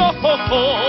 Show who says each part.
Speaker 1: 红。